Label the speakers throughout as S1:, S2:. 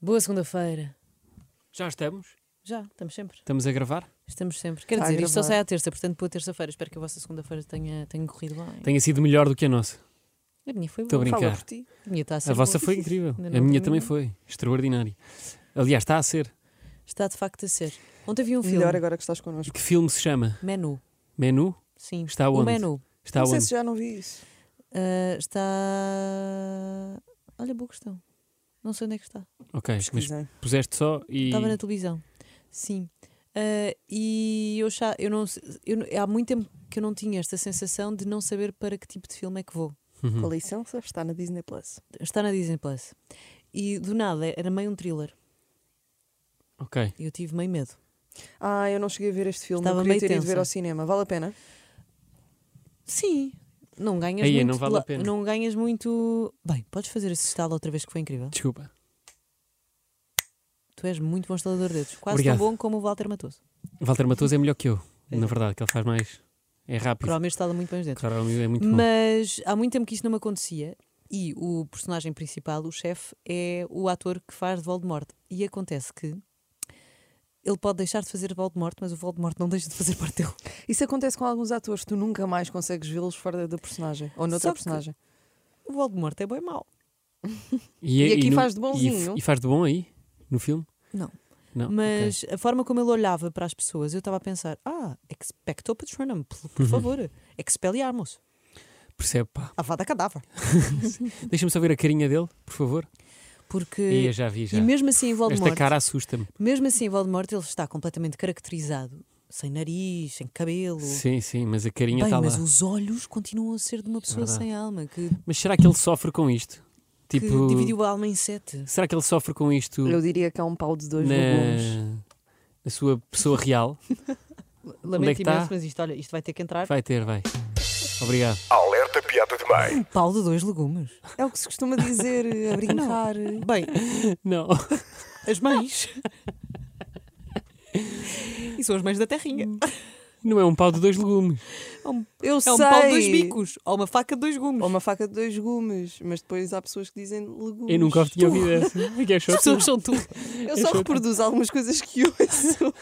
S1: Boa segunda-feira.
S2: Já estamos?
S1: Já, estamos sempre.
S2: Estamos a gravar?
S1: Estamos sempre. Quer
S3: Está a
S1: dizer, isto só
S3: gravar.
S1: sai à terça, portanto, boa terça-feira. Espero que a vossa segunda-feira tenha, tenha corrido bem.
S2: Tenha sido melhor do que a nossa.
S1: A minha foi
S2: Estou a
S1: boa.
S3: Fala
S2: brincar.
S3: por ti.
S1: A minha está a ser
S2: A vossa
S1: boa.
S2: foi incrível.
S1: Ainda
S2: A
S1: não terminei.
S2: minha também foi. Extraordinária. Aliás, está a ser.
S1: Está de facto a ser. Ontem vi um filme.
S3: Melhor agora que estás connosco.
S2: Que filme se chama?
S1: Menu.
S2: Menu?
S1: Sim.
S2: Está
S1: o
S2: onde?
S1: menu.
S2: Está
S3: não sei
S2: onde?
S3: se já não vi isso.
S1: Ah, está. Olha, boa questão. Não sei onde é que está.
S2: Ok, mas
S3: Pesquisem.
S2: puseste só e.
S1: Estava na televisão. Sim. Ah, e eu já. Eu não, se- eu, não- há muito tempo que eu não tinha esta sensação de não saber para que tipo de filme é que vou.
S2: Uhum.
S3: Com licença, está na Disney Plus.
S1: Está na Disney Plus. E do nada era meio um thriller.
S2: Ok.
S1: E eu tive meio medo.
S3: Ah, eu não cheguei a ver este filme.
S1: Estava
S3: eu queria
S1: meio
S3: ter ido ver
S1: tensa.
S3: ao cinema. Vale a pena?
S1: Sim. Não ganhas
S2: Aí,
S1: muito.
S2: não
S1: de
S2: vale a
S1: la-
S2: pena.
S1: Não ganhas muito. Bem, podes fazer esse estalo outra vez que foi incrível.
S2: Desculpa.
S1: Tu és muito bom estalador de dedos. Quase
S2: Obrigado.
S1: tão bom como o Walter Matoso.
S2: Walter Matoso é melhor que eu.
S1: É.
S2: Na verdade, que ele faz mais. É rápido.
S1: Provavelmente estala muito bem os dedos.
S2: Claro, o meu é muito bom.
S1: Mas há muito tempo que isso não me acontecia. E o personagem principal, o chefe, é o ator que faz de Voldemort. E acontece que ele pode deixar de fazer Voldemort, mas o Voldemort não deixa de fazer parte dele.
S3: Isso acontece com alguns atores. Tu nunca mais consegues vê-los fora da personagem. Ou noutra
S1: Só que-
S3: personagem.
S1: O Voldemort é bem mau.
S3: E aqui
S2: no-
S3: faz
S2: é-
S3: de
S2: E,
S3: bonzinho.
S2: f- e faz de bom aí? No filme?
S1: Não.
S2: Não. Oh, ok.
S1: Mas a forma como ele olhava para as pessoas, eu estava a pensar: ah, expecto patronum, por,
S2: Uhum.
S1: por favor, expelliarmos,
S2: Percebe, pá.
S1: avada cadáver.
S2: Deixa-me só ver a carinha dele, por favor. E
S1: Porque.
S2: eu já vi, já.
S1: Eh, E mesmo assim, em
S2: Esta
S1: Voldemort,
S2: cara assusta-me.
S1: mesmo assim, em Voldemort, ele está completamente caracterizado, sem nariz, sem cabelo.
S2: Sim, sim, mas a carinha
S1: Bem,
S2: está lá.
S1: mas os olhos continuam a ser de uma pessoa
S2: verdade.
S1: sem alma que,
S2: Mas será que ele sofre com isto?
S1: que
S2: Tipo,
S1: dividiu a alma em sete.
S2: será que ele sofre com isto
S3: Eu diria que há um pau de dois legumes.
S2: na... na sua pessoa real?
S1: Lamento
S2: é que
S1: imenso,
S2: está?
S1: mas isto, olha, isto vai ter que entrar.
S2: Vai ter, vai. Obrigado.
S4: Alerta piada de mãe.
S1: Um pau de dois legumes.
S3: É o que se costuma dizer a brincar.
S1: Bem,
S2: Não.
S1: as mães. e são as mães da terrinha.
S2: Não é um pau de dois legumes.
S3: Eu
S1: É
S3: sei.
S1: um pau de dois bicos, ou uma faca de dois gumes.
S3: Ou uma faca de dois gumes. Mas depois há pessoas que dizem legumes.
S2: Eu nunca tinha ouvido essa. Que é só
S1: As
S2: tu.
S1: pessoas são tu.
S3: Eu só reproduzo algumas coisas que ouço.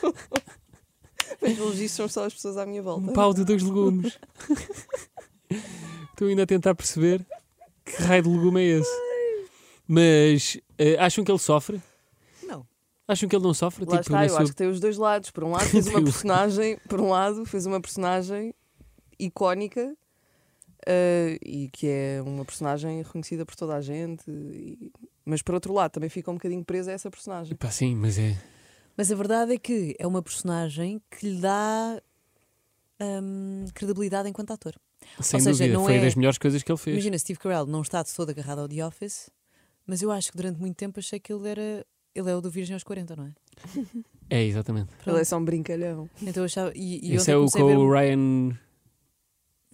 S3: Mas pelos vistos são só as pessoas à minha volta.
S2: Um pau de dois legumes. Estou ainda a tentar perceber que raio de legume é esse. Mas eh, acham que ele sofre?
S1: Não.
S2: Acham que ele não sofre?
S3: Lá
S2: tipo,
S3: está,
S2: na
S3: eu
S2: sua...
S3: acho que tem os dois lados. Por um lado fez uma personagem, por um lado fez uma personagem icónica eh, e que é uma personagem reconhecida por toda a gente. e- Mas por outro lado também fica um bocadinho presa a essa personagem.
S2: Pá, sim, mas é.
S1: Mas a verdade é que é uma personagem que lhe dá hum, credibilidade enquanto ator.
S2: Sem
S1: Ou seja,
S2: dúvida.
S1: não
S2: Foi
S1: é-
S2: das melhores coisas que ele fez.
S1: Imagina, Steve Carell não está de todo agarrado ao The Office, mas eu acho que durante muito tempo achei que ele era. Ele é o do Virgem aos 40, não é?
S2: É, exatamente.
S3: Ele é só um brincalhão.
S1: Então eu achava. E, e
S2: Esse
S1: ontem
S2: é o
S1: comecei
S2: com
S1: a ver... um-
S2: o Ryan.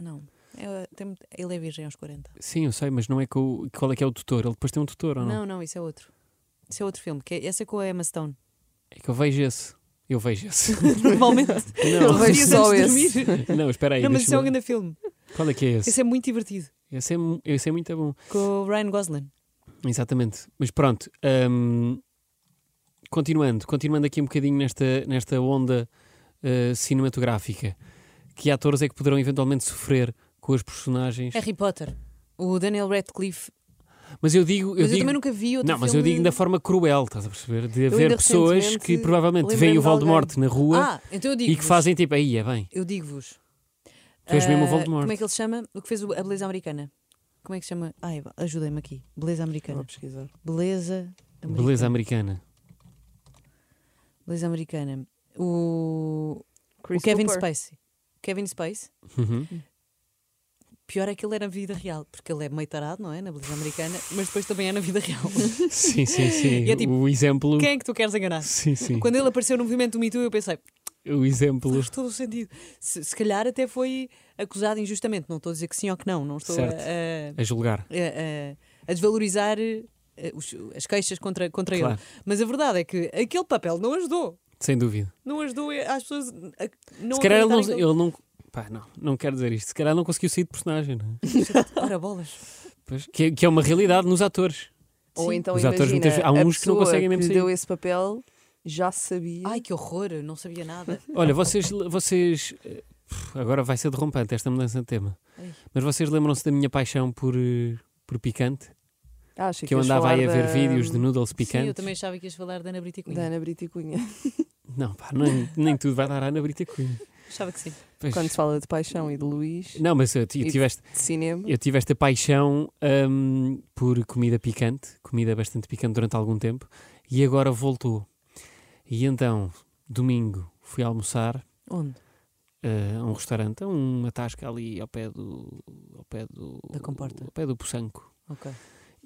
S1: Não. É, tem muito- Ele é virgem aos 40.
S2: Sim, eu sei, mas não é com o... qual é que é o tutor. Ele depois tem um tutor ou não?
S1: Não, não, isso é outro. Isso é outro filme. Que é... Esse é com a Emma Stone.
S2: É que eu vejo esse. Eu vejo esse.
S1: Normalmente.
S2: Não,
S3: vejo
S1: rias
S3: só
S1: antes de
S3: esse.
S1: dormir.
S2: não espera aí.
S1: não, mas isso é um
S2: deixa-me-
S1: grande filme.
S2: Qual é que é esse? Esse
S1: Esse é muito divertido.
S2: é... mu- esse é muito bom.
S1: Com o Ryan Gosling.
S2: Exatamente. Mas pronto. hum, Continuando, continuando aqui um bocadinho nesta, nesta onda eh, cinematográfica, que atores é que poderão eventualmente sofrer com os personagens?
S1: Harry Potter. O Daniel Radcliffe.
S2: Mas eu digo, eu
S1: mas eu
S2: digo
S1: também nunca vi outro
S2: Não, mas eu
S1: filme-
S2: digo da forma cruel, estás a perceber? De haver
S3: ainda
S2: pessoas que
S3: recentemente
S2: provavelmente veem
S3: lembrei-me
S2: o
S3: de
S2: Voldemort na rua
S1: Ah, então eu digo.
S2: e que fazem tipo, aí é bem.
S1: Eu digo-vos.
S2: Tu és mesmo o
S1: Ah,
S2: Voldemort.
S1: Como é que ele se chama? O que fez o- a beleza americana? Como é que se chama? Ai, ajudem-me aqui. Beleza
S3: Vou
S1: americana.
S3: pesquisar.
S1: Beleza americana.
S2: Beleza americana.
S1: Beleza americana. O, o
S3: Chris
S1: Kevin
S3: Cooper.
S1: Spacey. Kevin Spacey.
S2: Uhum.
S1: Pior é que ele é na vida real, porque ele é meio tarado, não é? Na beleza americana, mas depois também é na vida real.
S2: Sim, sim, sim.
S1: E é tipo,
S2: o exemplo.
S1: Quem é que tu queres enganar?
S2: Sim, sim.
S1: Quando ele apareceu no movimento do Me Too, eu pensei,
S2: O exemplo.
S1: faz todo o sentido. Se, se calhar até foi acusado injustamente. Não estou a dizer que sim ou que não, não estou a,
S2: Certo.
S1: a-
S2: A julgar.
S1: a- a- a desvalorizar eh, os- as queixas contra, contra
S2: Claro,
S1: ele. Mas a verdade é que aquele papel não ajudou.
S2: sem dúvida.
S1: Não ajudou as pessoas a não
S2: Se calhar ele não.
S1: acreditarem que
S2: Ele não pá, não, não quero dizer isto. Se calhar não conseguiu sair de personagem, não é?
S1: Ora, bolas.
S2: Pois, que, é- que é uma realidade nos atores.
S3: Ou
S1: Sim.
S3: então
S2: Os atores
S3: imagina,
S2: muitas vezes- há
S3: a
S2: uns que não
S3: pessoa
S2: conseguem mesmo
S3: que
S2: sair.
S3: deu esse papel já sabia.
S1: Ai, que horror, eu não sabia nada.
S2: Olha, vocês. vocês eh, pff, agora vai ser derrompante esta mudança de tema.
S1: Ai.
S2: Mas vocês lembram-se da minha paixão por, eh, por picante?
S3: Ah, achei
S2: Que eu
S3: ias
S2: andava
S3: falar
S2: aí a ver
S3: da-
S2: vídeos de noodles
S1: Sim,
S2: picantes.
S1: eu também achava que ias falar da Ana Brita Cunha.
S3: da Ana Brito e Cunha.
S2: Não, pá, nem, nem tudo vai dar à Ana Brita Cunha.
S1: Achava que sim.
S2: Pois-
S3: Quando se fala de paixão e de Luís,
S2: Não, mas eu, ti- eu
S3: E-
S2: tive esta,
S3: de cinema,
S2: eu tive esta paixão hum, por comida picante, comida bastante picante durante algum tempo, e agora voltou. E então, domingo, fui almoçar
S1: Onde?
S2: eh, a um restaurante, a uma tasca ali ao pé do. Ao pé do
S1: Da Comporta.
S2: Ao pé do Poçanco.
S1: Ok.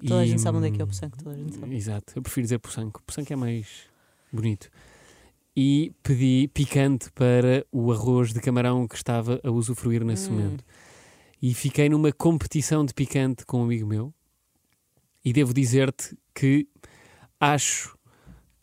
S1: Toda a
S2: E,
S1: gente sabe onde é que é o
S2: hum,
S1: Poçanco, toda a gente sabe.
S2: Exato, eu prefiro dizer Poçanco. Poçanco é mais bonito. E pedi picante para o arroz de camarão que estava a usufruir nesse
S1: Hum.
S2: momento. E fiquei numa competição de picante com um amigo meu. E devo dizer-te que acho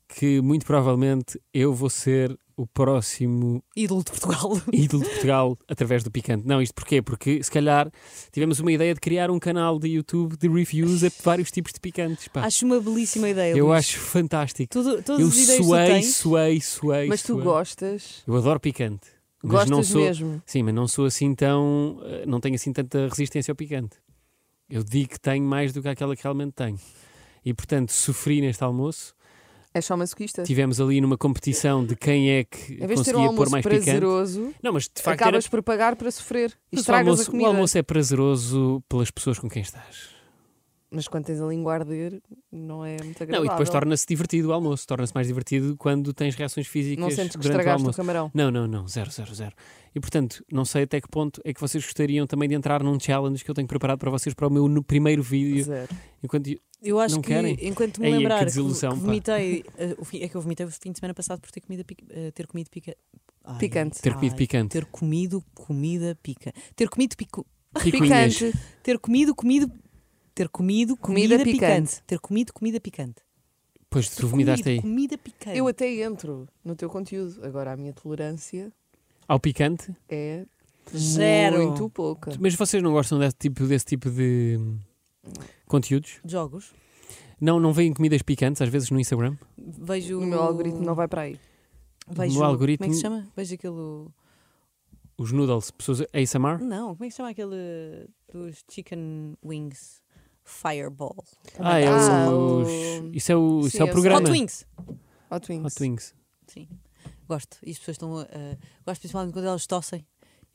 S2: que muito provavelmente eu vou ser o próximo
S1: Ídolo de Portugal.
S2: ídolo de Portugal através do picante. Não, isto porquê? Porque se calhar tivemos uma ideia de criar um canal de YouTube de reviews a vários tipos de picantes. Pá.
S1: Acho uma belíssima
S3: É
S1: ideia.
S2: Eu
S1: Luís.
S2: acho fantástico.
S1: Tudo, todas
S2: eu
S1: as ideias
S2: suei,
S1: que tu tens.
S2: suei, suei.
S3: mas tu
S2: suei.
S3: gostas,
S2: Eu adoro picante. É Mas
S3: gostas
S2: não sou,
S3: mesmo.
S2: Sim, mas não sou assim tão. eh, Não tenho assim tanta resistência ao picante. Eu digo que tenho mais do que aquela que realmente tenho. E portanto, sofri neste almoço.
S3: És só masoquista.
S2: Tivemos ali numa competição de quem é que
S3: Em vez de ter
S2: Tipo, conseguia pôr
S3: um almoço
S2: mais picante.
S3: prazeroso,
S2: Não, mas de facto era
S3: acabas por pagar para sofrer. E
S2: Mas
S3: estragas
S2: o almoço,
S3: a comida.
S2: o almoço é prazeroso pelas pessoas com quem estás.
S3: Mas quando tens a língua a arder, não é muito
S2: Não,
S3: agradável.
S2: e depois torna-se divertido o almoço. Torna-se mais divertido quando tens reações físicas
S3: Não sentes que
S2: durante o
S3: estragaste o
S2: almoço.
S3: camarão.
S2: Não, não, não. Zero, zero, zero. E portanto, não sei até que ponto é que vocês gostariam também de entrar num challenge que eu tenho preparado para vocês para o meu no- primeiro vídeo.
S3: Zero.
S2: Enquanto eu-
S1: Eu acho
S2: Não
S1: que,
S2: querem?
S1: enquanto me
S2: Ei, é que
S1: lembrar que,
S2: desilusão,
S1: que
S2: pá.
S1: vomitei, eh, o fim- é que eu vomitei o fim de semana passado por ter comido, pic- eh, ter comido pica... Ai,
S3: Picante.
S2: ter comido
S1: ai,
S2: picante.
S1: Ter comido comida pica. Ter comido pico...
S2: Picuinhas.
S3: Picante.
S1: Ter comido comido... Ter comido comida,
S3: Comida
S1: picante.
S3: picante.
S1: Ter comido comida picante.
S2: Pois
S1: Ter
S2: tu vomitaste
S1: comido
S2: aí.
S1: comida picante.
S3: Eu até entro no teu conteúdo. Agora a minha tolerância
S2: Ao picante.
S3: é
S1: Zero.
S3: muito pouca.
S2: Mas vocês não gostam desse tipo, desse tipo de hum, conteúdos?
S1: Jogos.
S2: Não, não veem comidas picantes às vezes no Instagram?
S1: Vejo...
S3: O meu algoritmo não vai para aí.
S1: Vejo...
S2: meu algoritmo-
S1: Como é que se chama? Vejo aquele...
S2: Os noodles, pessoas ASMR?
S1: Não, como é que se chama aquele dos chicken wings? Fireball.
S2: Ah, é
S3: Ah,
S2: os...
S3: o-
S2: Isso é o, isso
S3: Sim,
S2: é
S3: eu
S2: o
S3: sei.
S2: programa.
S1: Hot wings.
S3: Hot Wings.
S2: Hot Wings.
S1: Sim. Gosto. E as pessoas estão. eh, gosto principalmente quando elas tossem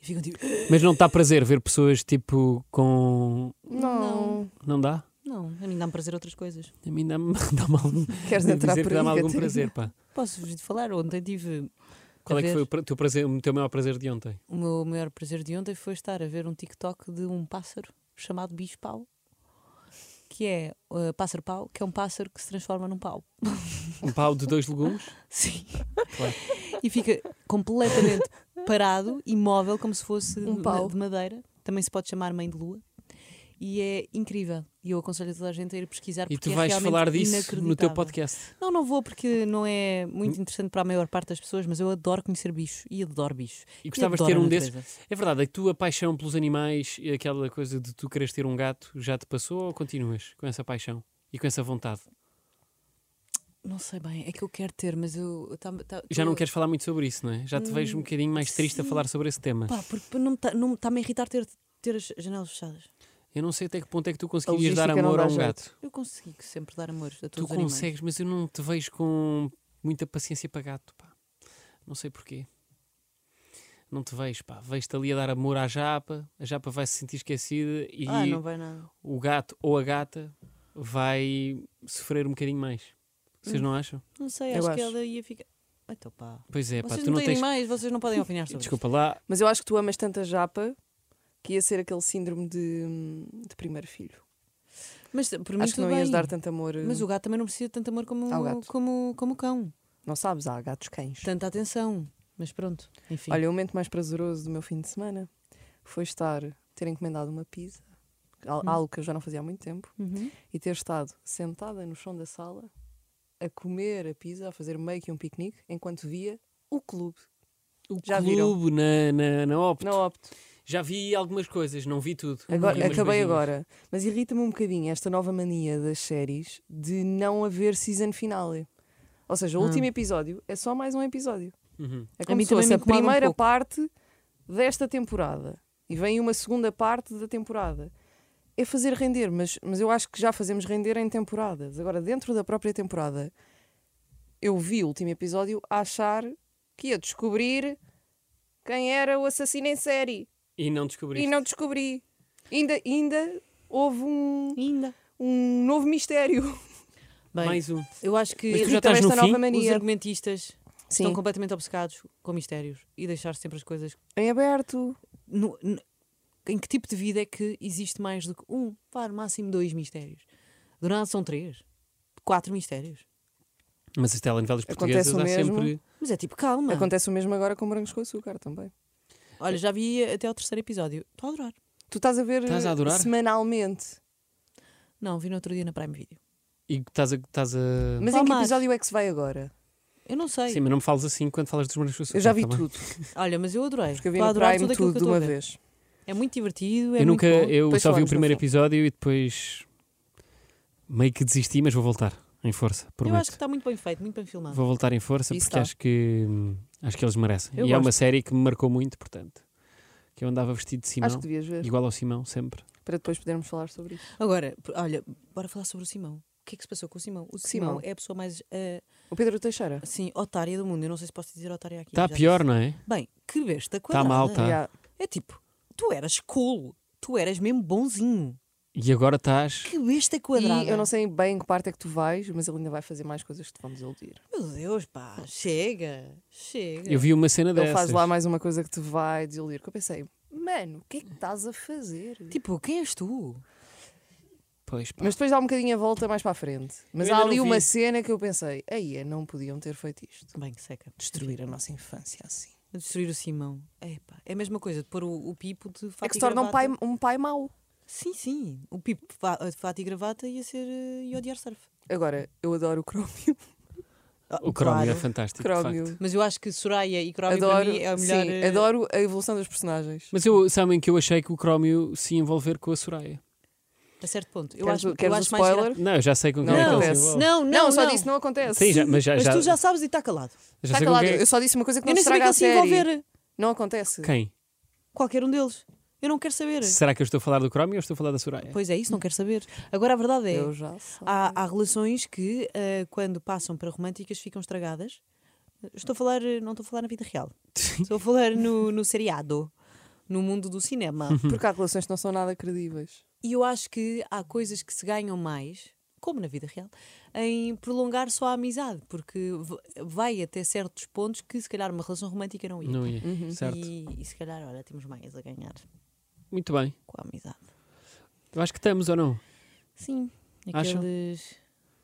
S1: e ficam tipo.
S2: Mas não dá prazer ver pessoas tipo com.
S3: Não.
S2: Não dá?
S1: Não, a mim dá-me prazer outras coisas.
S2: A mim dá-me dá algum,
S3: Queres
S2: devo
S3: entrar
S2: dizer que
S3: por aí?
S2: dá-me algum
S3: Catarina?
S2: prazer, pá.
S1: Posso-vos falar? Ontem tive.
S2: Qual
S1: a
S2: é que
S1: ver-
S2: foi o pra- teu, prazer, o teu maior prazer de ontem?
S1: O meu maior prazer de ontem foi estar a ver um TikTok de um pássaro chamado bicho pau. Que é eh, pássaro pau, que é um pássaro que se transforma num pau.
S2: Um pau de dois legumes?
S1: É Sim.
S2: Claro.
S1: E fica completamente parado, imóvel, como se fosse
S3: Um
S1: de-
S3: pau.
S1: de madeira. Também se pode chamar mãe de lua. E é incrível. E eu aconselho a toda a gente a ir pesquisar
S2: E
S1: porque
S2: tu
S1: é
S2: vais
S1: realmente
S2: falar disso no teu
S1: inacreditável.
S2: podcast.
S1: Não, não vou porque não é
S2: Hum.
S1: muito interessante para a maior parte das pessoas, mas eu adoro conhecer bichos e adoro bichos.
S2: E
S1: E
S2: gostavas de
S1: adoro
S2: ter um
S1: a
S2: desses?
S1: natureza.
S2: É verdade, a tua paixão pelos animais e aquela coisa de tu quereres ter um gato já te passou ou continuas com essa paixão e com essa vontade?
S1: Não sei bem, é que eu quero ter, mas eu. eu tam- tá-
S2: Já
S1: tô-
S3: Uh,
S2: não queres falar muito sobre isso, não é? Já te vejo um
S3: hum,
S2: bocadinho mais triste a
S1: sim.
S2: falar sobre esse tema.
S1: Pá, porque não está não me tá a me irritar ter, ter as janelas fechadas.
S2: Eu não sei até que ponto é que tu conseguirias dar
S3: logística não
S2: amor
S3: dá
S2: a um
S3: jeito.
S2: gato.
S1: Eu consigo sempre dar amor a
S2: Tu
S1: todos os animais.
S2: consegues, mas eu não te vejo com muita paciência para gato, pá. Não sei porquê. Não te vejo, pá. Vejo-te ali a dar amor à japa, a japa vai se sentir esquecida e
S1: Ah, não vai nada.
S2: o gato ou a gata vai sofrer um bocadinho mais. Vocês não acham?
S1: Não sei,
S3: Eu
S1: acho, que
S3: acho.
S1: ela ia ficar. Ah, Então pá.
S2: Pois é, pá.
S1: vocês
S2: Tu
S1: não
S2: não
S1: têm
S2: tens.
S1: animais, vocês não podem opinar sobre
S2: Desculpa lá.
S3: Mas eu acho que tu amas tanto a japa que ia ser aquele síndrome de, hum, de primeiro filho.
S1: isso. Mas por mim
S3: acho que
S1: tudo
S3: não
S1: bem.
S3: ias dar tanto amor.
S2: eh,
S3: hum,
S1: Mas o gato também não precisa de tanto amor como,
S2: Ah,
S3: Ao gato.
S1: como, como o cão.
S3: Não sabes, há gatos cães.
S1: Tanta atenção. Mas pronto, enfim.
S3: Olha, o momento mais prazeroso do meu fim de semana foi estar, ter encomendado uma pizza, al-
S1: Hum.
S3: algo que eu já não fazia há muito tempo,
S1: Uhum.
S3: e ter estado sentada no chão da sala a comer a pizza, a fazer meio que um piquenique, enquanto via o clube
S2: O
S3: Já viram?
S2: clube na, na, na Opto.
S3: na Opto.
S2: Já vi algumas coisas, não vi tudo.
S3: Agora-
S2: Vi umas
S3: acabei
S2: coisinhas.
S3: agora. Mas irrita-me um bocadinho esta nova mania das séries de não haver season finale. Ou seja, o
S1: Ah.
S3: último episódio é só mais um episódio.
S2: Uhum.
S3: É como
S1: mim
S3: se
S1: também
S3: fosse
S1: me
S3: a
S1: incomoda um
S3: primeira
S1: pouco.
S3: parte desta temporada e vem uma segunda parte da temporada. É fazer render, mas, mas eu acho que já fazemos render em temporadas. Agora, dentro da própria temporada, eu vi o último episódio a achar que ia descobrir quem era o assassino em série
S2: E não descobri.
S3: e não descobri. Ainda, ainda houve um,
S1: Ainda.
S3: um novo mistério. então
S1: Bem,
S2: Mais um.
S1: eu acho que
S2: Mas tu já
S1: os
S2: estás no
S3: esta
S2: fim? Então
S3: nova mania.
S1: argumentistas estão
S3: Sim,
S1: completamente obcecados com mistérios e deixar sempre as coisas.
S3: em aberto.
S1: no- no- em que tipo de vida é que existe mais do que um, vá, no máximo dois mistérios? Do nada são três, quatro mistérios.
S2: Mas as telenovelas
S3: Acontece
S2: portuguesas
S3: o
S2: há
S3: mesmo.
S2: sempre.
S1: Mas é tipo, calma.
S3: Acontece o mesmo agora com Brancos com Açúcar também.
S1: Olha, já vi até ao terceiro episódio. Estou a adorar.
S3: Tu estás a ver eh,
S2: Estás a adorar?
S3: semanalmente.
S1: Não, vi no outro dia na Prime Video.
S2: E estás a. Estás a...
S3: Mas em que
S1: Palmares.
S3: episódio é que se vai agora?
S1: Eu não sei.
S2: Sim, mas não me fales assim quando falas dos brancos com açúcar,
S3: Eu já vi
S2: tá bem?
S3: tudo,
S1: Olha, mas eu adorei.
S3: porque eu vi
S1: Estou a
S3: no
S1: adorar
S3: Prime
S1: tudo aquilo
S3: tudo
S1: que eu estou
S3: de
S1: a
S3: uma
S1: ver.
S3: vez.
S1: É muito divertido, é muito
S2: eu nunca.
S1: bom.
S2: Eu
S3: Depois
S2: só vi o
S3: falamos no
S2: primeiro
S3: fim.
S2: episódio e depois. meio que desisti, mas vou voltar em força.
S1: Eu
S2: Prometo.
S1: acho que está muito bem feito, muito bem filmado.
S2: Vou voltar em força
S3: Isso
S2: porque
S3: tá.
S2: acho que hum, acho que eles merecem.
S1: Eu
S2: e é
S1: gosto.
S2: uma série que me marcou muito, portanto. Que eu andava vestido de Simão,
S3: Acho que devias ver,
S2: igual ao Simão, sempre.
S3: para depois podermos falar sobre isso.
S1: Agora, p- olha, bora falar sobre o Simão. O que é que se passou com o Simão? O Simão,
S3: Simão.
S1: é a pessoa mais, ah,
S3: O Pedro Teixeira.
S1: assim, otária do mundo. Eu não sei se posso dizer otária aqui.
S3: Tá
S2: Está
S1: já
S2: pior,
S1: disse.
S2: não é?
S1: Bem, que besta
S2: Está
S1: quadrada.
S2: mal, está.
S3: Já.
S1: É tipo, tu eras cool. Tu eras mesmo bonzinho.
S2: E agora estás.
S1: Que besta quadrada.
S3: E eu não sei bem em que parte é que tu vais, mas ele ainda vai fazer mais coisas que te vão desiludir.
S1: Meu Deus, pá. Chega. Chega.
S2: Eu vi uma cena
S3: Ele faz
S2: dessas.
S3: lá mais uma coisa que te vai desiludir. Que eu pensei, mano, o que é que estás a fazer?
S1: Tipo, quem és tu?
S2: Pois, pá.
S3: Mas depois dá um bocadinho a volta mais para a frente. Mas
S2: Eu
S3: há
S2: ainda
S3: ali
S2: não vi.
S3: uma cena que eu pensei, aí não podiam ter feito isto.
S1: Bem, que seca.
S3: Destruir a nossa infância assim.
S1: A Destruir o Simão. Epá, é a mesma coisa de pôr o, o Pipo de fato
S3: É que
S1: e
S3: se torna um pai,
S1: gravata.
S3: um pai mau.
S1: Sim, sim. O Pipo de fa- de fato e gravata ia ser eh, e odiar surf.
S3: Agora, eu adoro o Crómio.
S1: Ah,
S2: O Crómio é
S1: claro.
S2: fantástico. de
S3: Crómio.
S2: facto.
S1: Mas eu acho que Soraya e Crómio para
S3: adoro,
S1: mim é o melhor.
S3: sim,
S1: eh,
S3: adoro a evolução dos personagens.
S2: Mas eu, sabem que eu achei que o Crómio se ia envolver com a Soraya.
S1: A tá certo ponto. Eu
S3: Queres
S1: acho,
S3: o- queres
S1: eu
S3: o
S1: acho mais.
S3: spoiler?
S2: Não, eu já sei com quem
S3: Não,
S2: é que ele se
S3: acontece.
S2: envolve.
S1: Não, não,
S3: Não,
S1: não.
S3: só disso não acontece.
S2: Sim, já, mas já,
S1: Mas
S2: já,
S1: tu já sabes e está calado.
S2: já sei com
S3: Está tá calado.
S2: quem é.
S3: Eu só disse uma coisa que
S1: eu
S3: não
S1: nem sabia que
S3: estraga a
S1: ele se ia
S3: série.
S1: envolver.
S3: Não acontece.
S2: Quem?
S1: Qualquer um deles. Eu não quero saber.
S2: Será que eu estou a falar do Crómio ou estou a falar da Soraya?
S1: Pois é, isso não quero saber. Agora a verdade é.
S3: Eu já sei.
S1: Há, há relações que, eh, quando passam para românticas, ficam estragadas. Estou a falar, eh, não estou a falar na vida real. Estou a falar no, no seriado, no mundo do cinema.
S3: Porque há relações que não são nada credíveis.
S1: E eu acho que há coisas que se ganham mais, como na vida real, em prolongar só a amizade, porque v- vai até certos pontos que se calhar uma relação romântica não ia.
S2: Não ia, certo.
S1: E, e se calhar, olha, temos mais a ganhar
S2: Muito bem.
S1: com a amizade.
S2: Eu acho que estamos ou não?
S1: Sim,
S2: Acham?
S1: aqueles.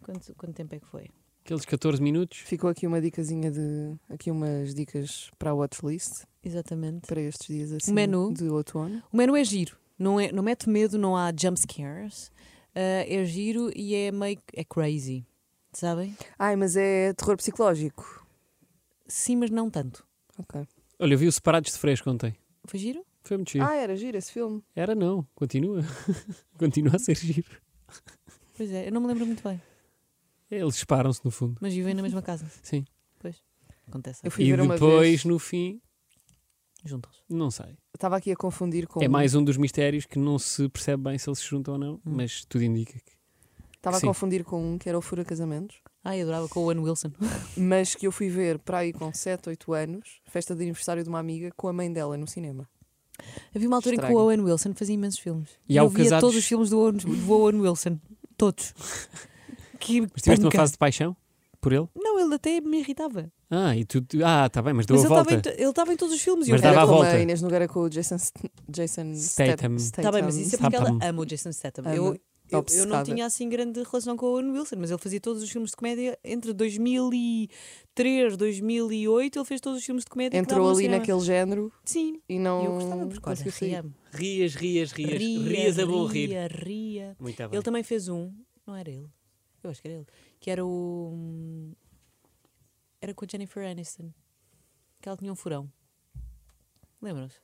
S1: Quanto, quanto tempo é que foi?
S2: Aqueles 14 minutos?
S3: Ficou aqui uma dicasinha de. Aqui umas dicas para a watchlist
S1: Exatamente.
S3: para estes dias assim
S1: menu.
S3: de outono.
S1: O menu é giro, não, é, não mete medo, não há jump scares. Ah, é giro e é meio. que- é crazy. Sabem?
S3: Ai, mas é terror psicológico.
S1: Sim, mas não tanto.
S3: Ok.
S2: Olha, eu vi o Separados de Fresco ontem.
S1: Foi giro?
S2: Foi muito giro.
S3: Ah, era giro esse filme.
S2: Era não, continua. continua a ser giro.
S1: Pois é, eu não me lembro muito bem.
S2: Eles separam-se no fundo.
S1: Mas vivem na mesma casa.
S2: Sim.
S1: Acontece.
S3: Eu fui
S2: E
S3: ver uma
S2: depois,
S3: vez.
S2: no fim,
S1: Juntos.
S2: não sei.
S3: Estava aqui a confundir com.
S2: É mais um dos mistérios que não se percebe bem se eles se juntam ou não, mas tudo indica que.
S3: Estava a
S2: sim.
S3: confundir com um que era o Fura Casamentos,
S1: Ai, adorava com o Owen Wilson.
S3: mas que eu fui ver para aí com 7, 8 anos, festa de aniversário de uma amiga com a mãe dela no cinema.
S1: Havia uma altura em que o
S3: Estranho.
S1: Owen Wilson fazia imensos filmes.
S2: E há
S1: eu
S2: o
S1: via
S2: Casados-
S1: todos os filmes do Owen, do Owen Wilson. Todos. Que
S2: Mas tiveste uma
S1: panca.
S2: fase de paixão por ele?
S1: Não, ele até me irritava.
S2: Ah, e tu. tu- Ah, tá bem, mas deu
S1: Mas
S2: a
S1: ele
S2: volta.
S1: estava em to- ele estava em, todos os filmes. e
S2: Mas
S1: eu-
S2: dava
S3: era
S2: à
S3: com
S2: volta.
S3: a Inês Nogueira com o Jason, St- Jason
S2: Statham.
S1: Está bem, mas isso é porque ela
S2: Statham.
S1: ama o Jason Statham.
S3: Ama.
S2: Tá
S1: Eu, eu, eu não
S3: Obcecada.
S1: tinha assim grande relação com o Owen Wilson, mas ele fazia todos os filmes de comédia entre 2003, 2008. Ele fez todos os filmes de comédia. que
S3: Entrou
S1: davam no
S3: ali
S1: cinema.
S3: naquele género
S1: Sim,
S3: e não.
S1: e eu gostava porque olha,
S3: conseguiu sair.
S1: ria-me.
S2: Rias, rias, rias.
S1: Ria,
S2: rias a bom rir.
S1: ria, ria.
S2: Muito bem.
S1: Ele também fez um, não era ele? Eu acho que era ele. Que era o. hum, Era com a Jennifer Aniston. Que ela tinha um furão. Lembram-se?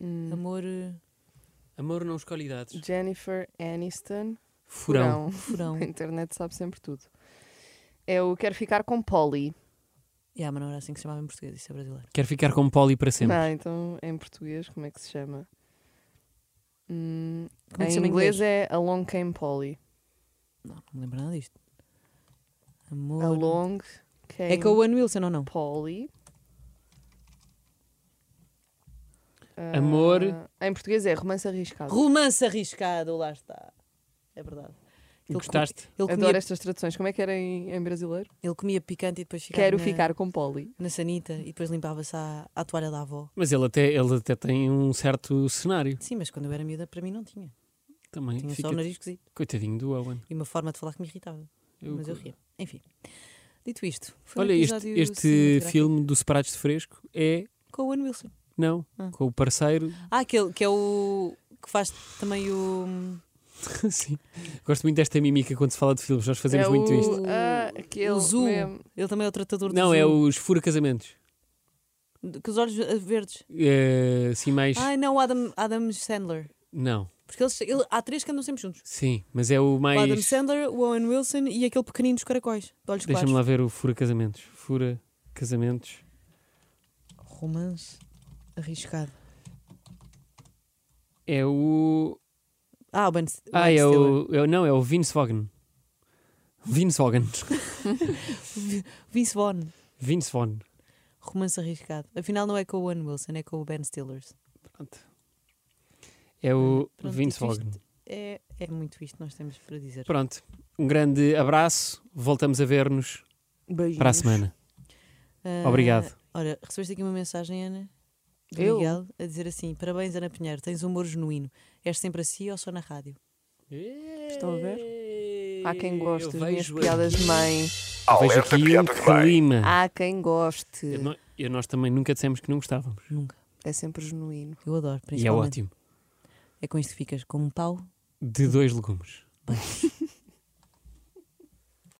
S3: Hum.
S1: Amor eh,
S2: Amor não escolhe idades.
S3: Jennifer Aniston.
S2: Furão.
S1: furão.
S3: A internet sabe sempre tudo. É o Quero Ficar com Polly.
S1: yeah, mas não era assim que se chamava em português, isso é brasileiro.
S2: Quer ficar com Polly para sempre.
S3: Ah, então em português, como é que se chama? Hum,
S1: Como é que se
S3: em
S1: chama em
S3: inglês é Along Came Polly.
S1: Não, não me lembro nada disto. Amor.
S3: Along Came
S1: É com o Owen Wilson ou não?
S3: Polly. Ah,
S2: Amor.
S3: em português é romance arriscado.
S1: Romance arriscado, lá está. É verdade. Ele
S2: Gostaste?
S1: Ele
S3: Adoro
S1: comia,
S3: estas traduções. Como é que era em, em brasileiro?
S1: ele comia picante e depois ficava
S3: Quero
S1: na,
S3: ficar com Polly.
S1: na sanita e depois limpava-se à, à toalha da avó.
S2: Mas ele até, ele até tem um certo cenário
S1: Sim, mas quando eu era miúda, para mim não tinha.
S2: também.
S1: Tinha
S2: Fica-
S1: só o nariz esquisito
S2: Coitadinho do Owen.
S1: e uma forma de falar que me irritava.
S2: Eu-
S1: mas eu ria. Enfim. Dito isto, foi um
S2: Olha, este,
S1: episódio
S2: este
S1: cinematográfico
S2: filme do Separados de Fresco é.
S1: Com o Owen Wilson.
S2: Não,
S1: Ah.
S2: com o parceiro.
S1: Ah, aquele que é o. que faz também o.
S2: Sim. Gosto muito desta mímica quando se fala de filmes, nós fazemos
S3: é
S2: muito
S3: o,
S2: isto.
S3: ah, aquele
S1: O Zoo.
S3: mesmo.
S1: Ele também é o tratador do
S2: Não, é
S1: zoo,
S2: os Fura Casamentos.
S1: Com os olhos eh, verdes.
S2: É, assim, mais.
S1: Ai, não, o Adam, Adam Sandler.
S2: Não,
S1: Porque eles, ele- há três que andam sempre juntos.
S2: sim, mas é o
S1: O Adam
S2: mais.
S1: Sandler, o Owen Wilson e aquele pequenino dos caracóis, de olhos claros.
S2: Deixa-me lá ver o Fura Casamentos. Fura Casamentos.
S1: Romance arriscado.
S2: É o.
S1: Ah, o Ben, S-
S2: Ah,
S1: Ben
S2: é
S1: Stiller.
S2: o, é o- Não, é o Vince Vaughn. Vince Vaughn.
S1: Vince Vaughn.
S2: Vince Vaughn.
S1: Romance arriscado. Afinal, não é com o Owen Wilson, é com o Ben Stiller.
S2: É o
S1: Pronto,
S2: Vince
S1: dito
S2: Vaughn.
S1: isto, É, é muito isto que nós temos para dizer.
S2: Pronto. Um grande abraço. Voltamos a ver-nos para a
S3: Beijinhos.
S2: semana.
S1: Ah,
S2: Obrigado.
S1: Olha, recebeste aqui uma mensagem, Ana, do
S3: Eu?
S1: Miguel, a dizer assim: parabéns, Ana Pinheiro, tens um humor genuíno. És sempre assim ou só na rádio?
S3: Estão a ver? Há quem goste das minhas piadas Ah, de mãe.
S2: Eu vejo aqui um
S4: piadas de mãe.
S2: clima.
S3: Há quem goste.
S2: Eu não- eu- nós também nunca dissemos que não gostávamos.
S1: Nunca.
S3: É sempre genuíno.
S1: Eu adoro,
S2: E é
S1: principalmente.
S2: ótimo.
S1: É com isto que ficas como um pau.
S2: De dois legumes.